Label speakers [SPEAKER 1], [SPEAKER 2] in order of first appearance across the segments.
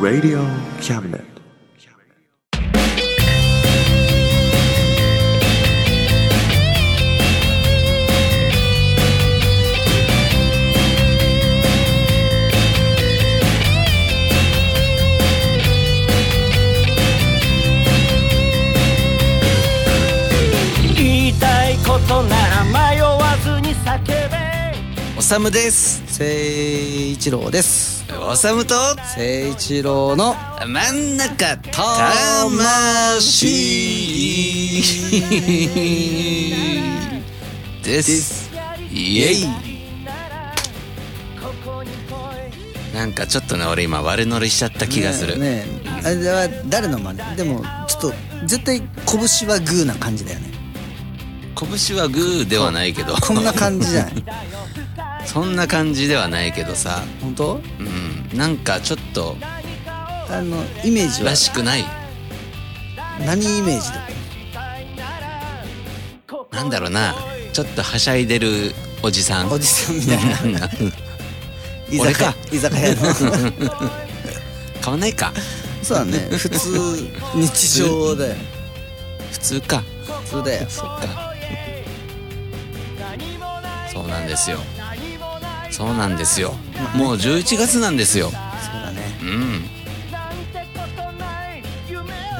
[SPEAKER 1] Radio Cabinet.
[SPEAKER 2] 言いたいことなら迷わずに叫べ
[SPEAKER 3] おさむです
[SPEAKER 4] 誠一郎です
[SPEAKER 3] おさむと
[SPEAKER 4] 誠一郎の
[SPEAKER 3] 真ん中たですイエイなんかちょっとね俺今悪乗りしちゃった気がする、
[SPEAKER 4] ねえねえあれは誰の真似でもちょっと絶対拳はグーな感じだよね
[SPEAKER 3] 拳はグーではないけど
[SPEAKER 4] こ んな感じじゃ ない
[SPEAKER 3] そんな感じではないけどさ
[SPEAKER 4] 本当
[SPEAKER 3] うんなんかちょっと
[SPEAKER 4] あのイメージは
[SPEAKER 3] らしくない
[SPEAKER 4] 何イメージだ
[SPEAKER 3] なんだろうなちょっとはしゃいでるおじさん
[SPEAKER 4] おじさんみたいな 居
[SPEAKER 3] 俺
[SPEAKER 4] 酒屋
[SPEAKER 3] か
[SPEAKER 4] 居酒 屋の
[SPEAKER 3] 買わないか
[SPEAKER 4] そうだね普通日常だよ
[SPEAKER 3] 普通か
[SPEAKER 4] 普通だよ
[SPEAKER 3] そっかそうなんですよそうなんですよもう11月なんです
[SPEAKER 4] そ
[SPEAKER 3] よ
[SPEAKER 4] うだね
[SPEAKER 3] うん
[SPEAKER 4] だ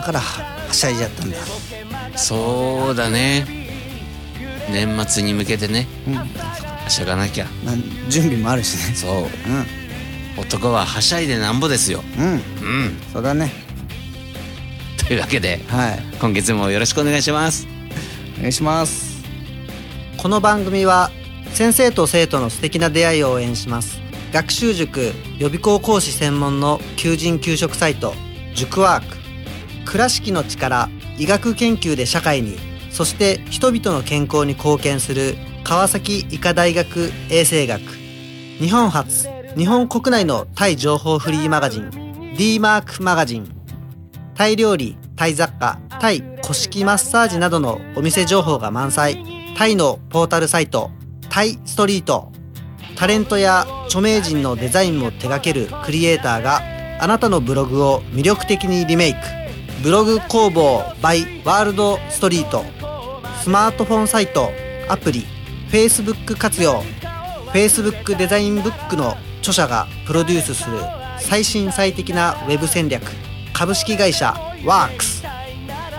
[SPEAKER 4] からははしゃいじゃったんだ
[SPEAKER 3] そうだね年末に向けてね
[SPEAKER 4] うん
[SPEAKER 3] はしゃがなきゃ
[SPEAKER 4] なん準備もあるしね
[SPEAKER 3] そう
[SPEAKER 4] う
[SPEAKER 3] 男ははしゃいでなんぼですよ
[SPEAKER 4] んうん
[SPEAKER 3] うん
[SPEAKER 4] そうだね
[SPEAKER 3] というわけで
[SPEAKER 4] はい
[SPEAKER 3] 今月もよろしくお願いします
[SPEAKER 4] お願いします
[SPEAKER 5] この番組は先生と生徒の素敵な出会いを応援します学習塾予備校講師専門の求人・給食サイト塾ワーク倉敷の力医学研究で社会にそして人々の健康に貢献する川崎医科大学衛生学日本初日本国内のタイ情報フリーマガジン d マークマガジンタイ料理、タイ雑貨、タイ古式マッサージなどのお店情報が満載。タイのポータルサイト、タイストリート。タレントや著名人のデザインも手掛けるクリエイターがあなたのブログを魅力的にリメイク。ブログ工房 by ワールドストリート。スマートフォンサイト、アプリ、Facebook 活用。Facebook デザインブックの著者がプロデュースする最新最適なウェブ戦略株式会社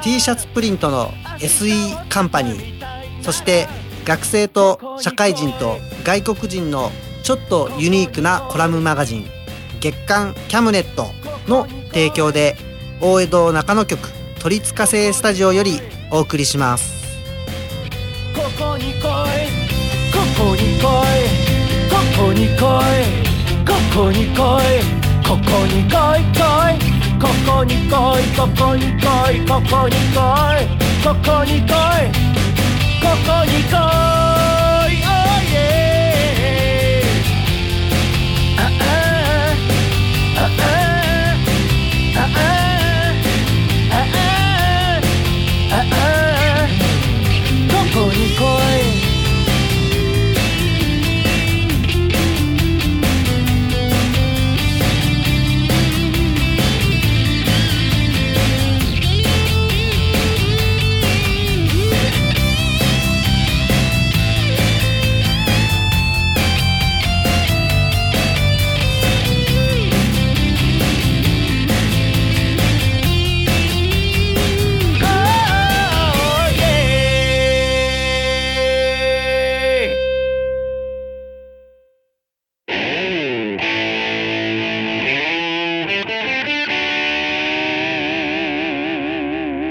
[SPEAKER 5] WorksT シャツプリントの SE カンパニーそして学生と社会人と外国人のちょっとユニークなコラムマガジン月刊キャムネットの提供で大江戸中野局鳥塚製スタジオよりお送りします。
[SPEAKER 2] ここに来いここに来いここに来いここに来いここに来い来いここに来いここに来いここに来いここに来いここに来い Oh yeah あああああああああああどこに来い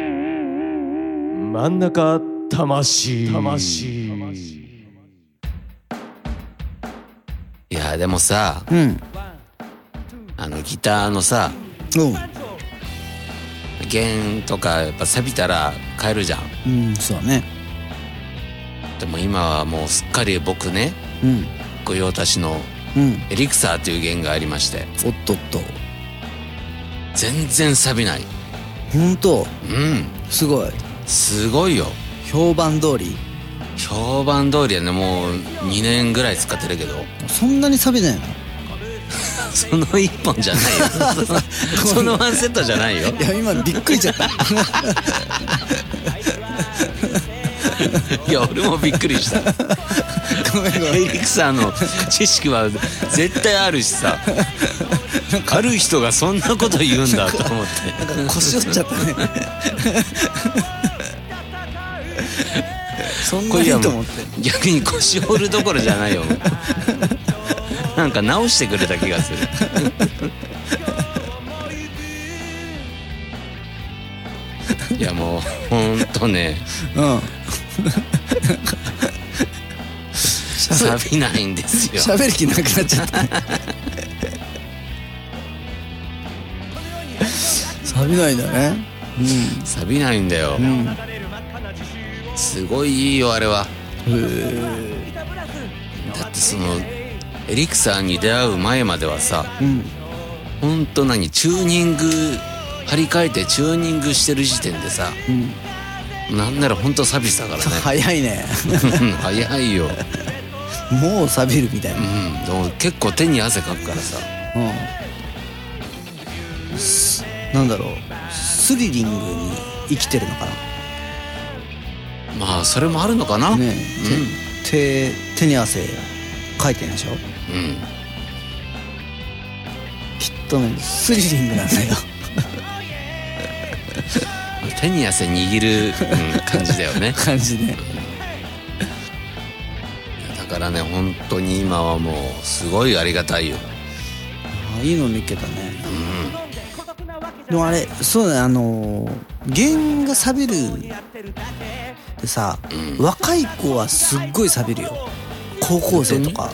[SPEAKER 6] 真ん中魂魂
[SPEAKER 3] いやでもさ
[SPEAKER 4] うん
[SPEAKER 3] あのギターのさ
[SPEAKER 4] うん
[SPEAKER 3] 弦とかやっぱ錆びたら買えるじゃん
[SPEAKER 4] うんそうだね
[SPEAKER 3] でも今はもうすっかり僕ね
[SPEAKER 4] うん
[SPEAKER 3] 御用達の
[SPEAKER 4] うん
[SPEAKER 3] エリクサーという弦がありまして
[SPEAKER 4] おっとっと
[SPEAKER 3] 全然錆びない
[SPEAKER 4] 本当
[SPEAKER 3] うん
[SPEAKER 4] すごい
[SPEAKER 3] すごいよ
[SPEAKER 4] 評判通り
[SPEAKER 3] 評評判通りやねもう2年ぐらい使ってるけど
[SPEAKER 4] そんなに錆びないの
[SPEAKER 3] その1本じゃないよそのそのワンセットじゃないよ
[SPEAKER 4] いや今びっくりしちゃった
[SPEAKER 3] いや俺もびっくりした
[SPEAKER 4] ごめんごめん
[SPEAKER 3] エリクサーの知識は絶対あるしさある人がそんなこと言うんだと思って
[SPEAKER 4] なんか腰折っちゃったね そんなにいいと思って
[SPEAKER 3] 逆に腰折るどころじゃないよなんか直してくれた気がするいやもうほん とね
[SPEAKER 4] うん
[SPEAKER 3] 錆びないんですよ
[SPEAKER 4] 喋る気なくなっちゃ ったね錆びないんだね
[SPEAKER 3] 錆びないんだよ、すごいいいよあれはだってそのエリクサーに出会う前まではさ、
[SPEAKER 4] ん
[SPEAKER 3] ほんと何チューニング張り替えてチューニングしてる時点でさ、なんならほんと寂しさからね
[SPEAKER 4] 早いね
[SPEAKER 3] うん 早いよ、
[SPEAKER 4] もう錆びるみたいな
[SPEAKER 3] うん、でも結構手に汗かくからさ
[SPEAKER 4] うんすなんだろうスリリングに生きてるのか
[SPEAKER 3] まあそれもあるのかな、
[SPEAKER 4] なねえ手手手に汗かいてるでしょ
[SPEAKER 3] うん
[SPEAKER 4] きっとねスリリングなんだよ
[SPEAKER 3] 手に汗握る、うん感じだよね
[SPEAKER 4] 感じで
[SPEAKER 3] だからね本当に今はもうすごいありがたいよ
[SPEAKER 4] あいいの見っけたねでもあれそうだねあのー原因が錆びるってさ、若い子はすっごい錆びるよ高校生とか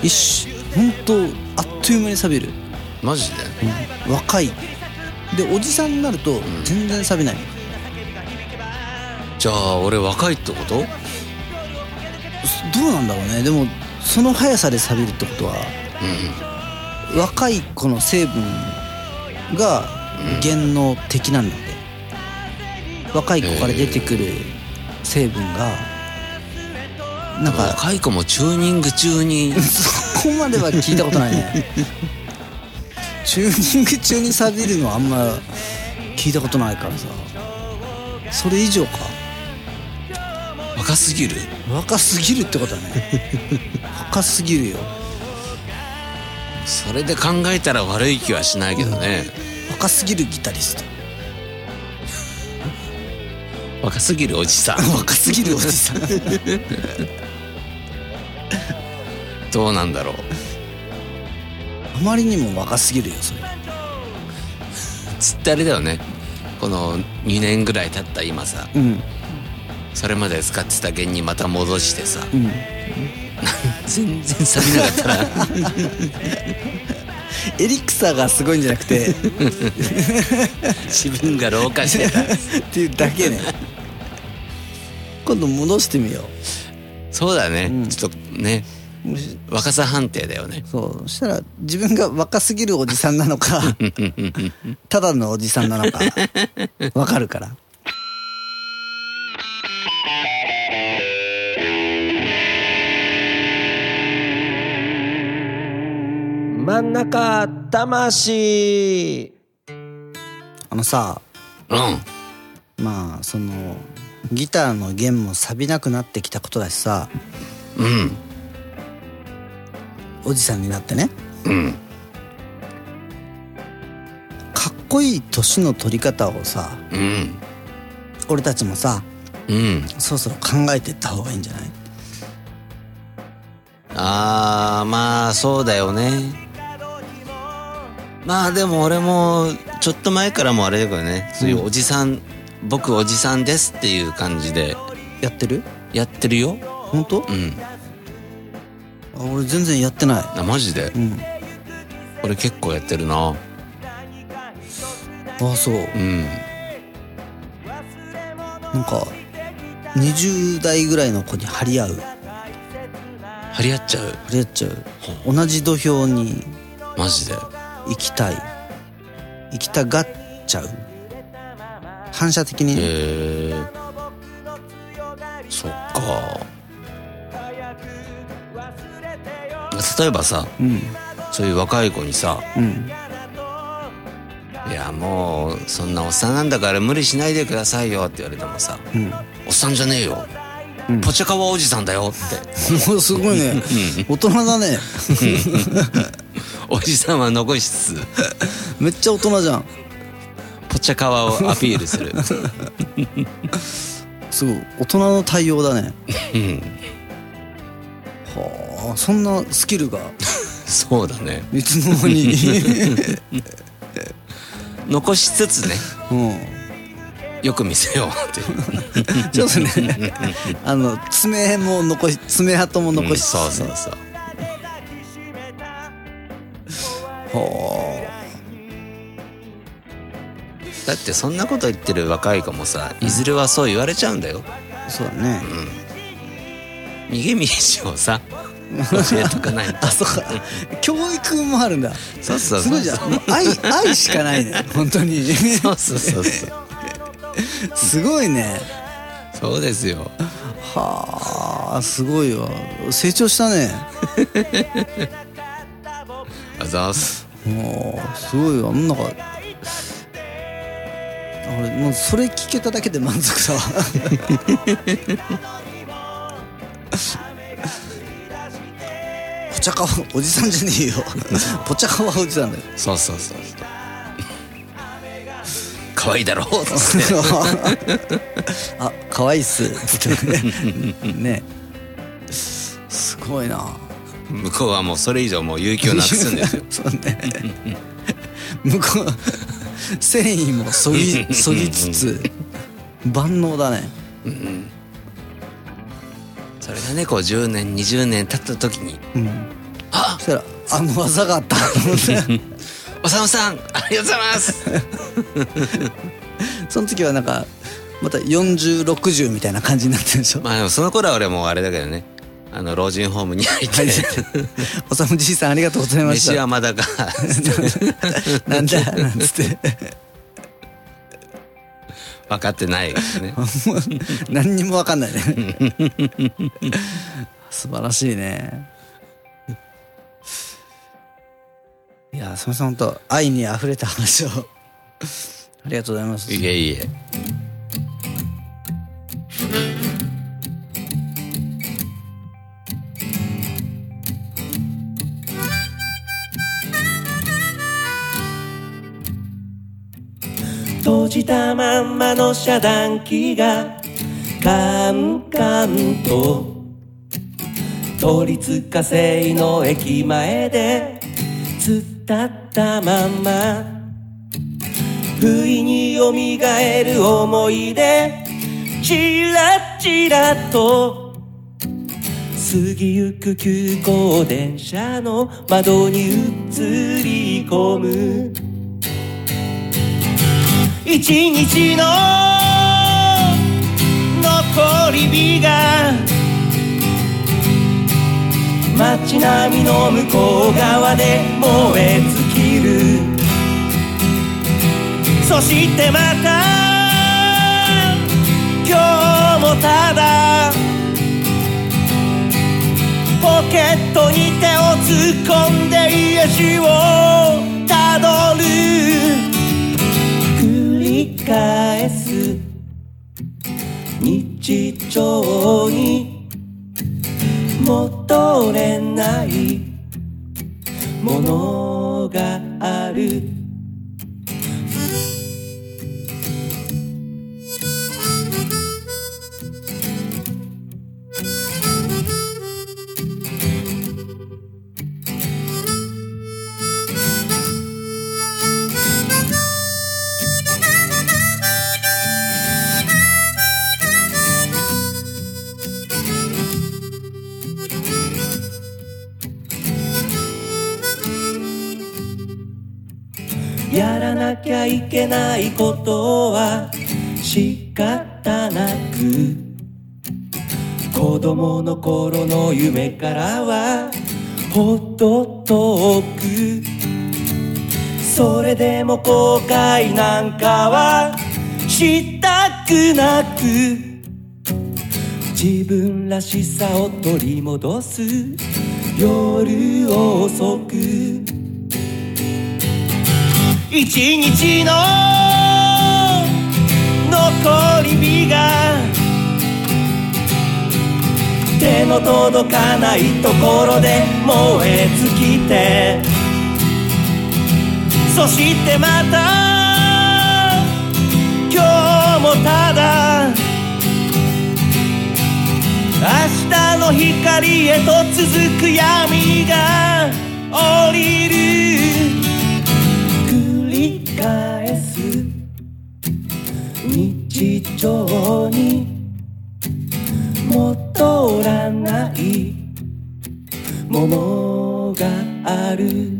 [SPEAKER 4] 一瞬ほんとあっという間に錆びる
[SPEAKER 3] マジで
[SPEAKER 4] 若いでおじさんになると全然錆びない、
[SPEAKER 3] じゃあ俺若いってこと
[SPEAKER 4] どうなんだろうねでもその速さで錆びるってことは、若い子の成分が原能的なんだって、若い子から出てくる成分がなんか
[SPEAKER 3] 若い子もチューニング中に
[SPEAKER 4] そこまでは聞いたことないねチューニング中に錆びるのはあんま聞いたことないからさそれ以上か
[SPEAKER 3] 若すぎる
[SPEAKER 4] 若すぎるってことだね若すぎるよ
[SPEAKER 3] それで考えたら悪い気はしないけどね
[SPEAKER 4] 若すぎるギタリスト
[SPEAKER 3] 若すぎるおじさん
[SPEAKER 4] 若すぎるおじさん
[SPEAKER 3] どうなんだろう
[SPEAKER 4] あまりにも若すぎるよそれ
[SPEAKER 3] つってあれだよねこの2年ぐらい経った今さ
[SPEAKER 4] うん
[SPEAKER 3] それまで使ってた弦にまた戻してさ、
[SPEAKER 4] ん
[SPEAKER 3] 全然錆びなかったら
[SPEAKER 4] エリクサがすごいんじゃなくてっ
[SPEAKER 3] 自分が老化して た
[SPEAKER 4] ていうだけね今度戻してみよ
[SPEAKER 3] そうだね、ちょっとね若さ判定だよね
[SPEAKER 4] うそうそしたら自分が若すぎるおじさんなのかただのおじさんなのかわかるから
[SPEAKER 6] 真ん中魂
[SPEAKER 4] あのさ
[SPEAKER 3] うん
[SPEAKER 4] まあそのギターの弦も錆びなくなってきたことだしさ
[SPEAKER 3] うん
[SPEAKER 4] おじさんになってね
[SPEAKER 3] うん
[SPEAKER 4] かっこいい年の取り方をさ
[SPEAKER 3] うん
[SPEAKER 4] 俺たちもさ
[SPEAKER 3] うん
[SPEAKER 4] そろそろ考えてった方がいいんじゃない
[SPEAKER 3] あーまあそうだよねまあでも俺もちょっと前からもあれだけどねそういうおじさん、僕おじさんですっていう感じで
[SPEAKER 4] やってる
[SPEAKER 3] やってるよ
[SPEAKER 4] 本当
[SPEAKER 3] うん
[SPEAKER 4] あ俺全然やってない
[SPEAKER 3] あマジで
[SPEAKER 4] うん
[SPEAKER 3] 俺結構やってるな
[SPEAKER 4] あそう
[SPEAKER 3] うん
[SPEAKER 4] なんか20代ぐらいの子に張り合う張
[SPEAKER 3] 張り合っちゃう
[SPEAKER 4] り合っちゃう同じ土俵に
[SPEAKER 3] マジで
[SPEAKER 4] 行きたい行きたがっちゃう反射的に
[SPEAKER 3] えー、そっか例えばさ
[SPEAKER 4] うん
[SPEAKER 3] そういう若い子にさ
[SPEAKER 4] うん
[SPEAKER 3] 「いやもうそんなおっさんなんだから無理しないでくださいよ」って言われてもさ
[SPEAKER 4] うん
[SPEAKER 3] 「おっさんじゃねえよ」
[SPEAKER 4] うん
[SPEAKER 3] ポチャカワおじさんだよって
[SPEAKER 4] もうすごいね大人だね
[SPEAKER 3] おじさんは残しつつ
[SPEAKER 4] めっちゃ大人じゃん
[SPEAKER 3] ポチャカワをアピー ルする
[SPEAKER 4] すごい大人の対応だね
[SPEAKER 3] うん
[SPEAKER 4] はあそんなスキルが
[SPEAKER 3] そうだね
[SPEAKER 4] いつの間 に
[SPEAKER 3] 残しつつね
[SPEAKER 4] うん
[SPEAKER 3] よく見せようっていう
[SPEAKER 4] ちょっとねあの爪も残し爪痕も 残しつつね
[SPEAKER 3] うんそうそうそう
[SPEAKER 4] は
[SPEAKER 3] だってそんなこと言ってる若い子もさいずれはそう言われちゃうんだよ
[SPEAKER 4] あそうだね
[SPEAKER 3] 逃げ道 をさ教えとかないと
[SPEAKER 4] あそうか 教育もあるんだ
[SPEAKER 3] そうそうそう
[SPEAKER 4] すごいじゃんもう愛愛しか ないね本当に
[SPEAKER 3] そうそうそうそう
[SPEAKER 4] すごいね
[SPEAKER 3] そうですよ
[SPEAKER 4] はあすごいわ成長したね
[SPEAKER 3] あざーす
[SPEAKER 4] もうすごいわなんか俺もうそれ聞けただけで満足だわポチャカワおじさんじゃねえよポチャカワおじさんだよ
[SPEAKER 3] そうそうそうそう可愛いだろうっつって
[SPEAKER 4] あ可愛いっすつってねすごいな
[SPEAKER 3] 向こうはもうそれ以上もう勇気をなくすんで すよ
[SPEAKER 4] そうね向こう繊維もそぎそぎつつ万能だね
[SPEAKER 3] それがねこう10年20年経った時に
[SPEAKER 4] そしたらあの技があった
[SPEAKER 3] 「おさむさんありがとうございます
[SPEAKER 4] その時はなんかまた4060みたいな感じになってるでし」ょ
[SPEAKER 3] まあでもその頃は俺もうあれだけどねあの老人ホームに入って
[SPEAKER 4] おさむじいさんありがとうございまし
[SPEAKER 3] 飯は
[SPEAKER 4] た
[SPEAKER 3] まだか
[SPEAKER 4] なんだなんつって
[SPEAKER 3] 分かってないですね
[SPEAKER 4] もう 何にも分かんないね素晴らしいねいやすみません本当愛にあふれた話をありがとうございます
[SPEAKER 3] いえいえ
[SPEAKER 2] 閉じたまんまの遮断機がカンカンと都立火星の駅前で突っ立ったまんま不意によみがえる思い出ちらちらと過ぎゆく急行電車の窓に映り込む一日の残り火が街並みの向こう側で燃え尽きるそしてまた今日もただポケットに手を突っ込んで家路をたどる繰り返す日常に戻れないものがあるやらなきゃいけないことは仕方なく子供の頃の夢からはほど遠くそれでも後悔なんかはしたくなく自分らしさを取り戻す夜遅く一日の残り日が手の届かないところで燃え尽きてそしてまた今日もただ明日の光へと続く闇が降りる繰り返す日常に戻らない桃がある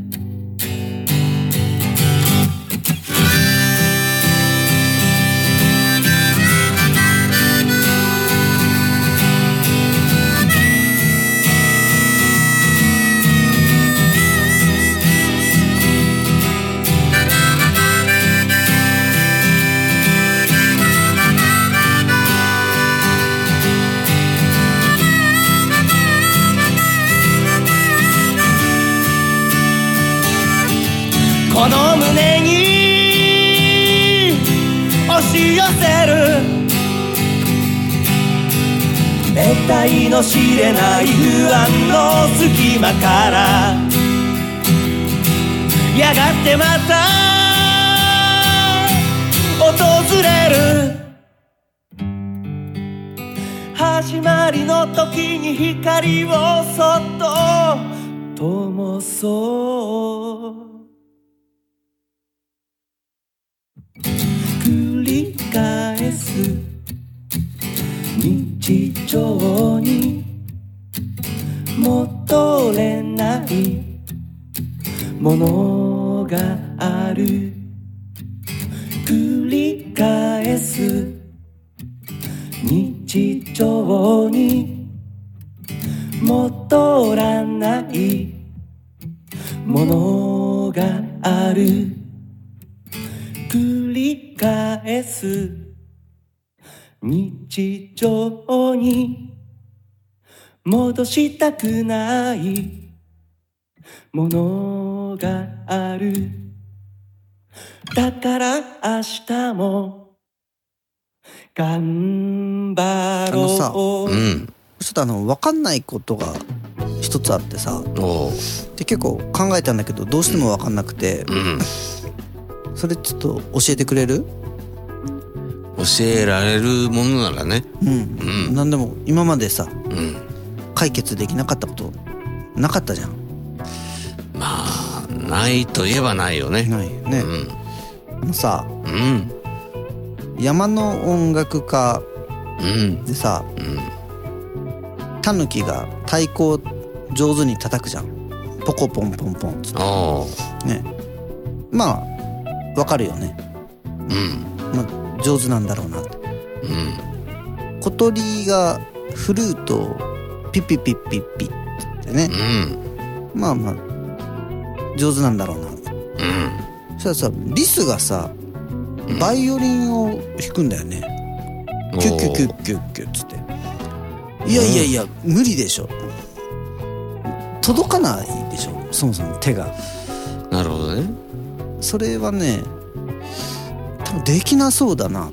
[SPEAKER 2] この胸に押し寄せる得体の知れない不安の隙間からやがてまた訪れる始まりの時に光をそっと灯そう繰り返す日常に戻れないものがある繰り返す日常に戻らないものがある繰り返す日常に戻したくないものがあるだから明日も頑張ろう
[SPEAKER 4] あのさ
[SPEAKER 3] うん。
[SPEAKER 4] ちょっとあの分かんないことが一つあってさ
[SPEAKER 3] おう。
[SPEAKER 4] で結構考えたんだけどどうしても分かんなくて
[SPEAKER 3] うん。
[SPEAKER 4] それちょっと教えてくれる
[SPEAKER 3] 教えられるものならね。
[SPEAKER 4] うん、
[SPEAKER 3] うん。
[SPEAKER 4] 何でも今までさ
[SPEAKER 3] うん。
[SPEAKER 4] 解決できなかったことなかったじゃん
[SPEAKER 3] まあ、ないといえばないよね。
[SPEAKER 4] ないよね
[SPEAKER 3] う、ん。
[SPEAKER 4] あのさ
[SPEAKER 3] うん。
[SPEAKER 4] 山の音楽家
[SPEAKER 3] うん。
[SPEAKER 4] でさ
[SPEAKER 3] うん。
[SPEAKER 4] タヌキが太鼓を上手に叩くじゃんポコポンポンポンつっ
[SPEAKER 3] おう。
[SPEAKER 4] てねまあわかるよね、
[SPEAKER 3] うん。
[SPEAKER 4] まあ、上手なんだろうなって
[SPEAKER 3] うん。
[SPEAKER 4] 小鳥がフルートをピッピッピッピッピッってね
[SPEAKER 3] う、ん。
[SPEAKER 4] まあまあ上手なんだろうな
[SPEAKER 3] うん。
[SPEAKER 4] そしたらさリスがさバイオリンを弾くんだよね、
[SPEAKER 3] おう
[SPEAKER 4] キュッキュッキュッキュッキュッつっていやいやいや、無理でしょ届かないでしょそもそも手が
[SPEAKER 3] なるほどね。
[SPEAKER 4] それはね多分できなそうだな
[SPEAKER 3] うん。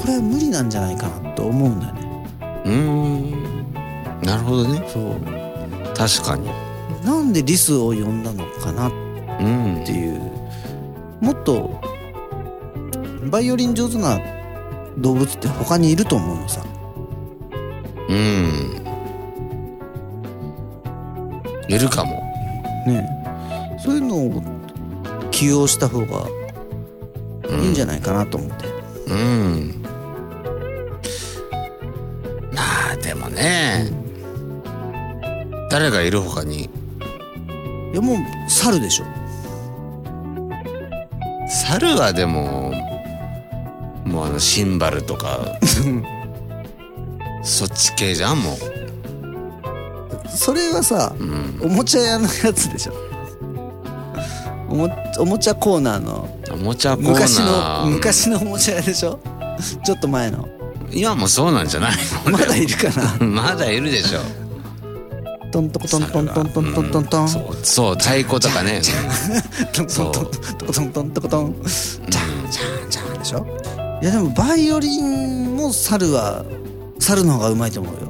[SPEAKER 4] これは無理なんじゃないかなと思うんだよね
[SPEAKER 3] うーん。なるほどね。
[SPEAKER 4] そう
[SPEAKER 3] 確かに。
[SPEAKER 4] なんでリスを呼んだのかなっ
[SPEAKER 3] うん
[SPEAKER 4] て。いうもっとバイオリン上手な動物って他にいると思うのさ
[SPEAKER 3] うん。いるかも。
[SPEAKER 4] ねえそういうのを起用した方がいいんじゃないかなと思って、
[SPEAKER 3] うん。まあ、でもね。誰がいる他に、
[SPEAKER 4] いやもう猿でしょ
[SPEAKER 3] 猿はでも、もうあの、シンバルとか、 そっち系じゃん、も
[SPEAKER 4] それはさ、おもちゃ屋のやつでしょおもおもちゃコーナーの
[SPEAKER 3] う。おもちゃコーナー。
[SPEAKER 4] 昔の昔のおもちゃ屋でしょちょっと前の
[SPEAKER 3] い今もそうなんじゃない の
[SPEAKER 4] まだいるかな
[SPEAKER 3] まだいるでしょ
[SPEAKER 4] トントコトントントントントントントン
[SPEAKER 3] そうそう太鼓とかね
[SPEAKER 4] トントントントコトントントコトン
[SPEAKER 3] じゃんじゃんじゃん
[SPEAKER 4] でしょいやでもバイオリンも猿は猿の方がうまいと思うよ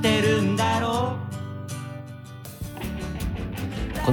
[SPEAKER 2] てるんだろう
[SPEAKER 7] こ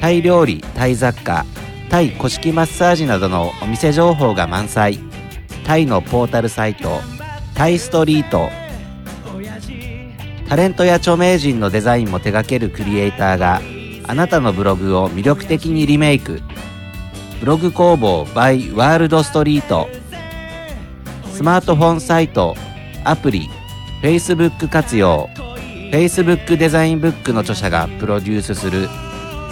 [SPEAKER 7] タイ料理タイ雑貨タイ古式マッサージなどのお店情報が満載タイのポータルサイトタイストリート
[SPEAKER 2] タレントや著名人のデザインも手掛けるクリエイターがあなたのブログを魅力的にリメイクブログ工房 by ワールドストリートスマートフォンサイトアプリ Facebook 活用 Facebook デザインブックの著者がプロデュースする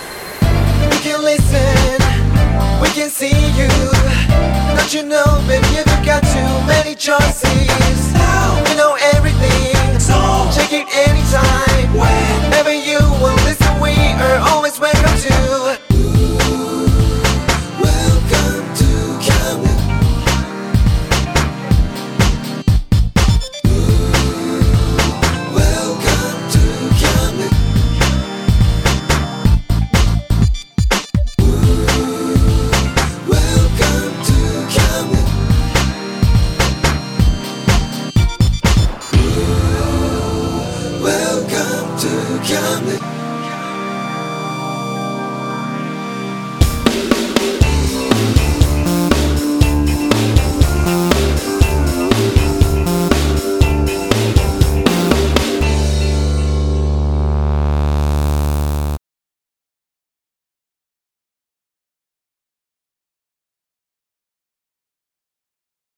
[SPEAKER 1] 「Don't you know, baby, you've got too many choices